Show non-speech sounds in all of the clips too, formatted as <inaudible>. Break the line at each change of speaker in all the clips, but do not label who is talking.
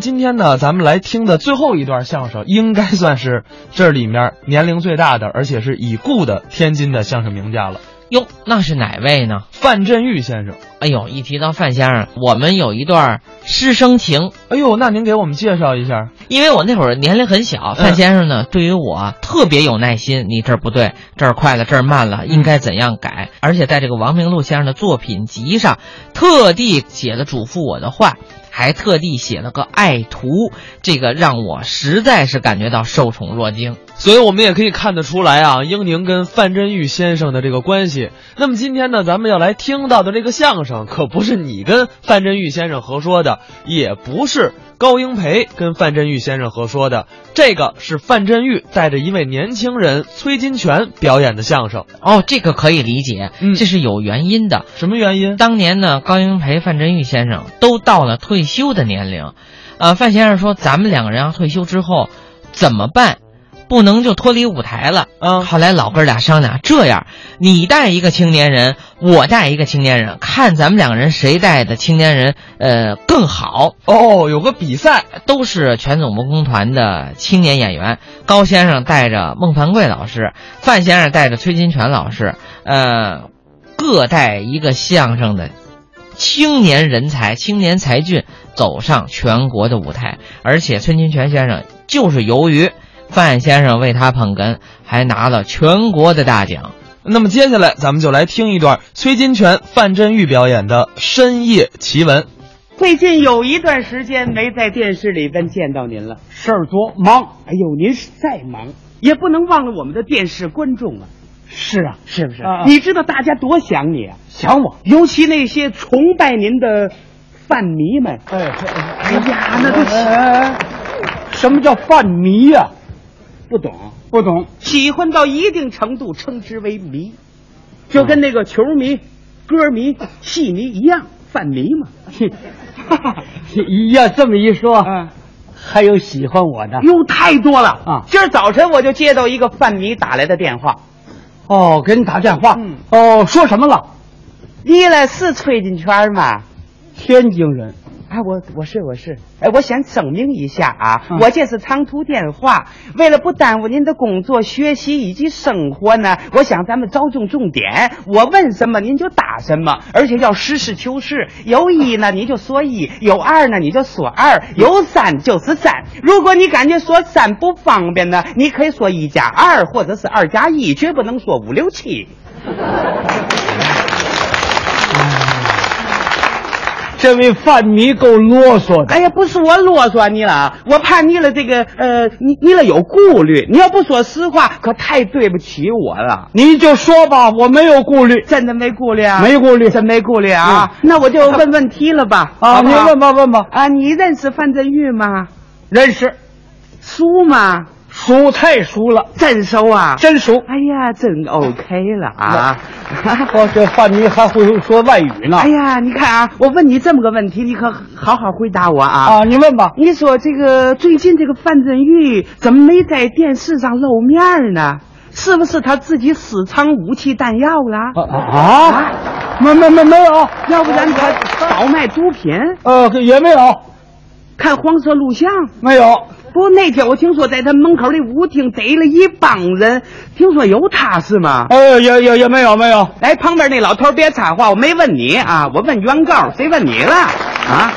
今天呢，咱们来听的最后一段相声，应该算是这里面年龄最大的，而且是已故的天津的相声名家了，
哟，那是哪位呢？
范振钰先生。
哎呦，一提到范先生，我们有一段师生情，
哎呦，那您给我们介绍一下？
因为我那会儿年龄很小，范先生呢、对于我特别有耐心，你这儿不对，这儿快了，这儿慢了，应该怎样改？而且在这个王明路先生的作品集上，特地写了嘱咐我的话。还特地写了个爱徒，这个让我实在是感觉到受宠若惊。
所以我们也可以看得出来啊，英宁跟范振钰先生的这个关系。那么今天呢，咱们要来听到的这个相声，可不是你跟范振钰先生合说的，也不是高英培跟范振钰先生合说的，这个是范振钰带着一位年轻人崔金泉表演的相声。
哦，这个可以理解
嗯，
这是有原因的。
什么原因？
当年呢，高英培、范振钰先生都到了退休的年龄，呃，范先生说咱们两个人要退休之后怎么办？不能就脱离舞台了。
啊，
后来老哥俩商量，这样你带一个青年人，我带一个青年人，看咱们两个人谁带的青年人呃更好。
哦，有个比赛，
都是全总文工团的青年演员。高先生带着孟凡贵老师，范先生带着崔金泉老师，呃，各带一个相声的青年人才、青年才俊走上全国的舞台。而且崔金泉先生就是由于范先生为他捧哏，还拿了全国的大奖。
那么接下来咱们就来听一段崔金泉、范振钰表演的《深夜奇闻》。
最近有一段时间没在电视里边见到您了，
事儿多，
忙，
哎呦，您是再忙，
也不能忘了我们的电视观众啊，
是啊，
是不是？
啊啊
你知道大家多想你啊，
想我，
尤其那些崇拜您的饭迷们，
哎，
哎
哎
呀那都是
哎哎什么叫犯迷呀、
啊不懂，
不懂，
喜欢到一定程度称之为迷，就跟那个球迷、歌迷、戏迷一样，饭迷嘛。
要这么 <laughs> 一说，
啊，
还有喜欢我的
哟，太多了
啊
今儿早晨我就接到一个饭迷打来的电话，
哦，给你打电话，
嗯
哦，说什么了？
你来是崔金圈吗？
天津人，
哎，我我是我是，哎，我想声明一下啊，
嗯
我这是长途电话，为了不耽误您的工作、学习以及生活呢，我想咱们着重重点，我问什么您就答什么，而且要实事求是，有一呢你就说一，有二呢你就说二，有三就是三。如果你感觉说三不方便呢，你可以说一加二或者是二加一，绝不能说五六七。
这位犯迷够啰嗦的，
哎呀，不是我啰嗦你了啊，我怕你了这个呃，你你了有顾虑，你要不说实话，可太对不起我了。
您就说吧，我没有顾虑，
真的没顾虑啊？
没顾虑
真没顾虑啊。那我就问问题了吧？
啊，
好不
您
好
问吧问吧，
啊，你认识范振钰吗？
认识，
熟吗？
熟太熟了，
真熟啊！
真熟。
哎呀，真 OK 了啊！
说这犯迷还会说外语呢，
哎呀，你看啊，我问你这么个问题，你可好好回答我啊！
啊，你问吧，
你说这个最近这个范振钰怎么没在电视上露面呢？是不是他自己私藏武器弹药了？
啊啊，没没没没有，
要不然他倒卖毒品，
呃也没有
看黄色录像。
没有，
不，那天我听说在他门口的舞厅逮了一帮人，听说有他是吗？
呃也也也没有没有，
哎，旁边那老头别插话，我没问你啊，我问原告，谁问你了啊？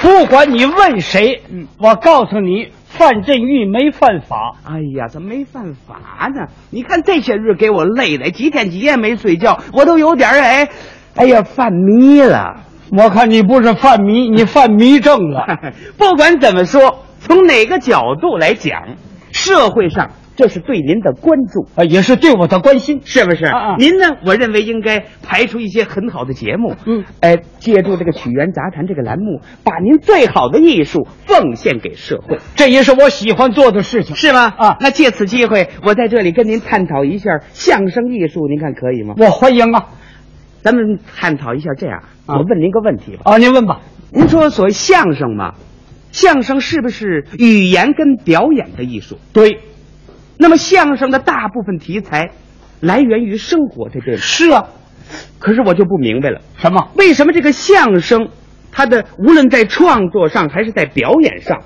不管你问谁，
嗯
我告诉你，范振钰没犯法，
哎呀，怎么没犯法呢？你看这些日给我累的，几天几夜没睡觉，我都有点儿哎，哎呀，犯迷了。
我看你不是
<laughs>
犯迷，你犯迷症了。
不管怎么说，从哪个角度来讲，社会上这是对您的关注，
啊，也是对我的关心。
是不是？
啊啊
您呢？我认为应该排出一些很好的节目，
嗯，
哎，借助这个曲园杂谈这个栏目，把您最好的艺术奉献给社会。
这也是我喜欢做的事情。
是吗？
啊
那借此机会，我在这里跟您探讨一下相声艺术，您看可以吗？
我欢迎啊
咱们探讨一下这样，我
啊
问您个问题吧。
啊！您问吧，
您说所谓相声嘛，相声是不是语言跟表演的艺术？
对，
那么相声的大部分题材来源于生活，这对吗？
是啊，
可是我就不明白了，
什么？
为什么这个相声他的无论在创作上还是在表演上，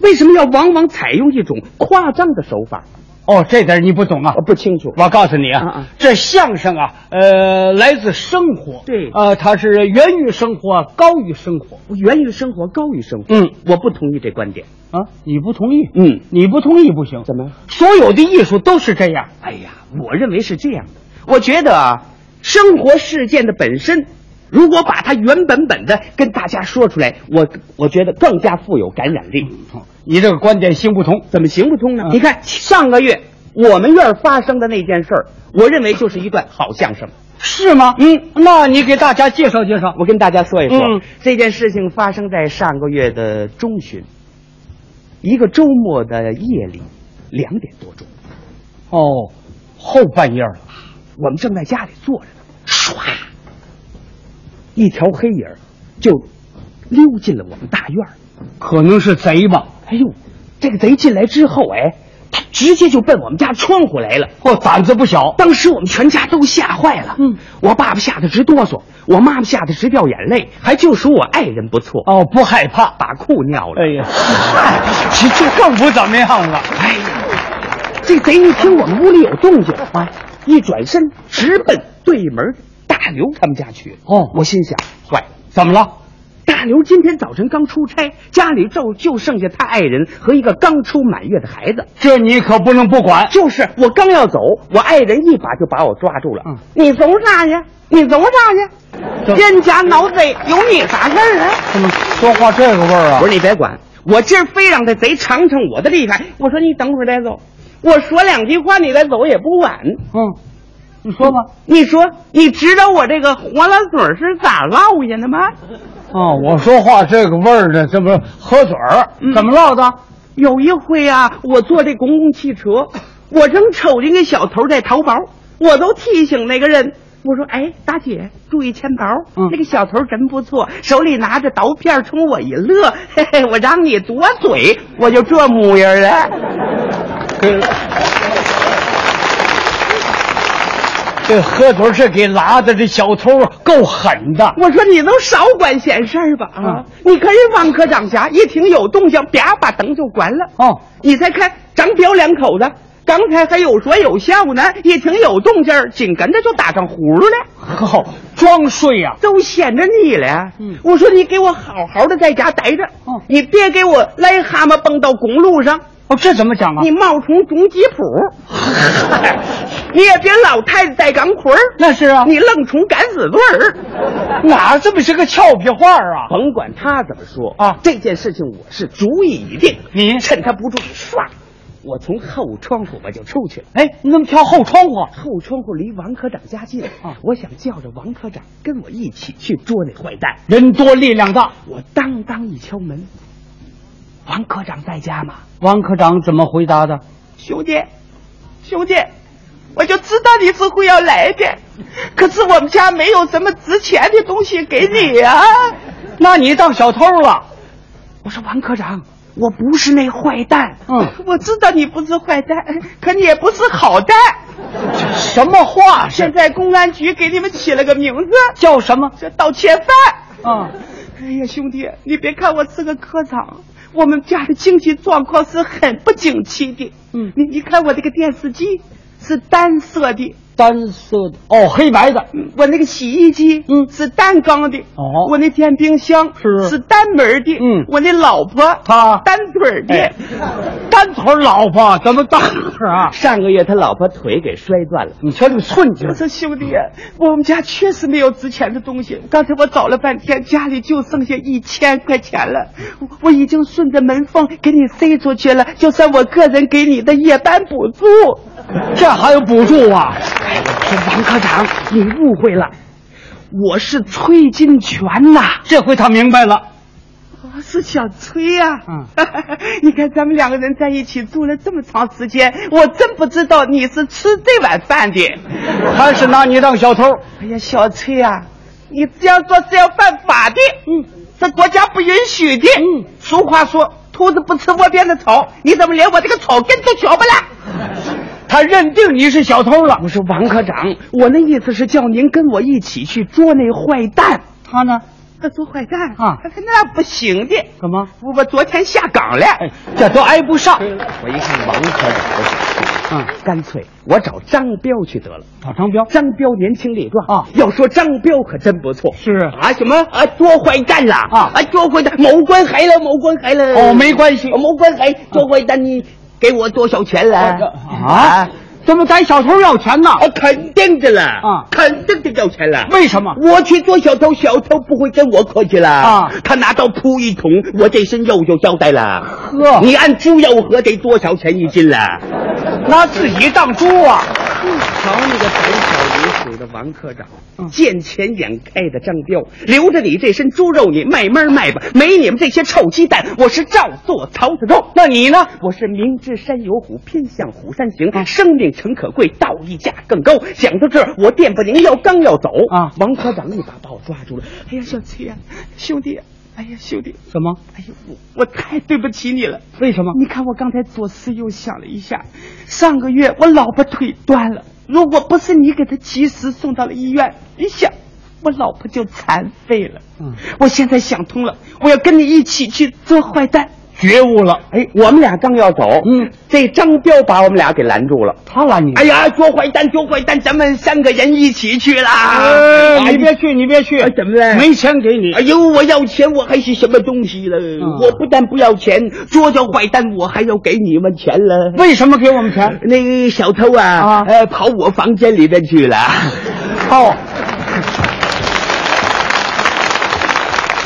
为什么要往往采用一种夸张的手法？
哦，这点你不懂啊
我？不清楚。
我告诉你啊，
啊啊
这相声啊，呃，来自生活，
对
呃，它是源于生活，啊高于生活。
源于生活，高于生活。
嗯
我不同意这观点。
啊，你不同意？
嗯
你不同意不行。
怎么？
所有的艺术都是这样。
哎呀，我认为是这样的。我觉得啊，生活事件的本身，如果把它原本本的跟大家说出来，我我觉得更加富有感染
嗯
力。
你这个观点行不通。
怎么行不通呢？
嗯
你看上个月我们院发生的那件事儿，我认为就是一段好相声。
是吗？嗯，那你给大家介绍介绍。
我跟大家说一说，
嗯
这件事情发生在上个月的中旬，一个周末的夜里，两点多钟，
哦，后半夜了，
我们正在家里坐着呢，唰，一条黑影儿就溜进了我们大院儿。
可能是贼吧？
哎呦，这个贼进来之后，哎，他直接就奔我们家窗户来了。
哦，胆子不小。
当时我们全家都吓坏了，
嗯，
我爸爸吓得直哆嗦，我妈妈吓得直掉眼泪，还就说我爱人不错，
哦，不害怕。
把裤尿了。
哎呀，你这更不怎么样了。
哎呀，这贼一听我们屋里有动静啊，一转身直奔对门大刘他们家去。
哦
我心想，坏了，
怎么了？
大刘今天早晨刚出差，家里就就剩下他爱人和一个刚出满月的孩子。
这你可不能不管。
就是我刚要走，我爱人一把就把我抓住了。
嗯
你走啥去？你走啥
走
去？人家脑贼有你啥事儿啊？
怎么嗯说话这个味儿啊
我？说你别管，我今儿非让这贼尝尝我的厉害。我说你等会儿再走，我说两句话你再走也不晚。
嗯，你说吧。
你说你知道我这个黄拉嘴儿是咋落下的吗？
啊，我说话这个味儿呢，这不是喝嘴儿，
嗯
怎么唠的？
有一回啊，我坐这公共汽车，我正瞅见个小偷在淘宝，我都提醒那个人，我说：“哎，大姐，注意钱包。
嗯
那个小偷真不错，手里拿着刀片，冲我一乐， <laughs> 嘿嘿，我让你多嘴，我就这模样了。
给这喝嘴儿是给拉的，这小偷啊够狠的。
我说你都少管闲事儿吧啊！你看人王科长家一听有动静，啪把灯就关了。
哦，
你再看张彪两口子，刚才还有说有笑呢，一听有动静儿，紧跟着就打上呼噜了。
好，装睡呀、
都显着你了。
嗯
我说你给我好好的在家待着，
哦
你别给我癞蛤蟆蹦到公路上，
哦，这怎么讲啊
你？冒充中吉
<laughs>
普，你也别老太太带钢盔儿，
那是啊，
你愣虫敢死队儿。
哪儿这么是个俏皮话儿啊？
甭管他怎么说
啊
这件事情我是主意已定。
你
趁他不注意，唰，我从后窗户我就出去了。
哎，你怎么跳后窗户啊？
后窗户离王科长家近
啊
我想叫着王科长跟我一起去捉那坏蛋。
人多力量大。
我当当一敲门，王科长在家吗？
王科长怎么回答的？
兄弟，兄弟，我就知道你是会要来的，可是我们家没有什么值钱的东西给你啊。
那你当小偷了？
<laughs> 我说王科长，我不是那坏蛋，
嗯，
我知道你不是坏蛋，可你也不是好蛋。
什么话是？
现在公安局给你们起了个名字，
叫什么？
叫盗窃犯。
啊，
哎呀，兄弟，你别看我是个科长，我们家的经济状况是很不景气的。
嗯
你你看我这个电视机是单色的，
单色的哦，黑白的。
嗯我那个洗衣机
嗯
是单缸的，
哦
我那电冰箱
是
是单门的，
嗯
我那老婆
她
单腿的。
哎，单腿老婆怎么单腿啊？
上个月他老婆腿给摔断了。
你瞧这个寸劲
我
儿，
说兄弟，我们家确实没有值钱的东西。刚才我找了半天，家里就剩下一千块钱了。我我已经顺着门缝给你塞出去了，就算我个人给你的夜班补助。
这还有补助啊？
这王科长，你误会了，我是崔金泉呐、
这回他明白了。
我是小崔呀、
嗯
<laughs> 你看咱们两个人在一起住了这么长时间，我真不知道你是吃这碗饭 <laughs> 的。
还是拿你当小偷，
哎呀，小崔啊，你这样做是要犯法的，嗯，这国家不允许的。嗯，俗话说，兔子不吃窝边的草，你怎么连我这个草根都瞧不烂？
他认定你是小偷了。
我说王科长，我那意思是叫您跟我一起去捉那坏蛋。
他呢？他做坏蛋
啊
他说那不行的，
干嘛？
我我昨天下岗了，
哎，这都挨不上。
我一看王科长，
嗯，
干脆我找张彪去得了。
找张彪。
张彪年轻力壮
啊
要说张彪可真不错，
是
啊，什么啊，做坏蛋了
啊
啊，做坏蛋，某官还了，某官还了，
哦，没关系。
某官还做坏蛋，你给我多少钱了？
啊，怎么逮小偷要钱呢？
啊，肯定的了，
啊
肯定的要钱了。
为什么？
我去做小偷，小偷不会跟我客气了
啊
他拿刀扑一捅，我这身肉就交代了。
呵
你按猪肉合得多少钱一斤了？
拿自己当猪啊？
瞧你个胆小如鼠的王科长，
嗯
见钱眼开的张彪，留着你这身猪肉，你慢慢卖吧。没你们这些臭鸡蛋，我是照做桃子肉。那你呢？我是明知山有虎，偏向虎山行。
嗯
生命诚可贵，道义价更高。想到这儿，我电不宁腰刚要走
啊
王科长一把把我抓住了。哎呀，小崔呀、兄弟，哎呀，兄弟，
怎么？
哎呦，我我太对不起你了。
为什么？
你看我刚才左思右想了一下，上个月我老婆腿断了，如果不是你给她及时送到了医院，你想，我老婆就残废了。
嗯，
我现在想通了，我要跟你一起去做坏蛋。
觉悟了。
哎，我们俩刚要走，
嗯，
这张彪把我们俩给拦住了。
他拦你。
哎呀，做坏蛋，做坏蛋，咱们三个人一起去啦！
呃
哎
你别去，你别去
哎。怎么了
没钱给你
哎。呦，我要钱，我还是什么东西了？
嗯
我不但不要钱，捉着坏蛋，我还要给你们钱了。
为什么给我们钱？
那个小偷啊，
啊
呃，跑我房间里边去了。
哦，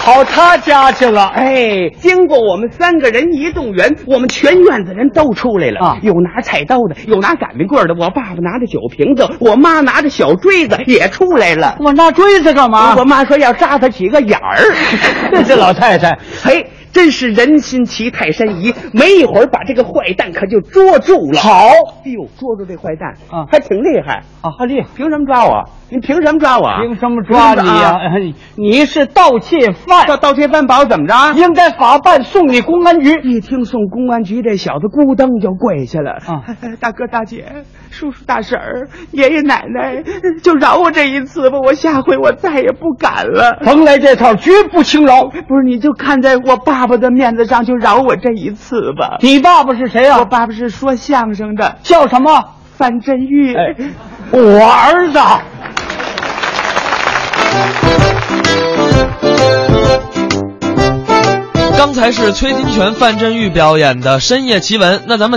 跑他家去了。
哎，经过我们三个人一动员，我们全院子人都出来了
啊
有拿菜刀的，有拿擀面棍儿的，我爸爸拿着酒瓶子，我妈拿着小锥子也出来了。
我拿锥子干嘛？，
我妈说要扎他几个眼儿
<laughs> 这这老太太，
嘿，真是人心齐泰山移，没一会儿把这个坏蛋可就捉住了。
好
哎呦，捉住这坏蛋
啊
还挺厉害。
啊，厉害！
凭什么抓我？你凭什么抓我？
凭什么抓你呀、
啊？
哎 <laughs> 你是盗窃犯
盗，盗窃犯把我怎么着？
应该法办送你公安局。
一听送公安局，这小子咕噔就跪下了。
啊
<laughs> 大哥大姐、叔叔大婶儿、爷爷奶奶，就饶我这一次吧，我下回我再也不敢了。
甭来这套，绝不轻饶。
不是，你就看在我爸爸的面子上，就饶我这一次吧。
你爸爸是谁呀、
我爸爸是说相声的
叫什么？
范振玉。
哎，我儿子。
刚才是崔金泉、范振钰表演的《深夜奇闻》，那咱们。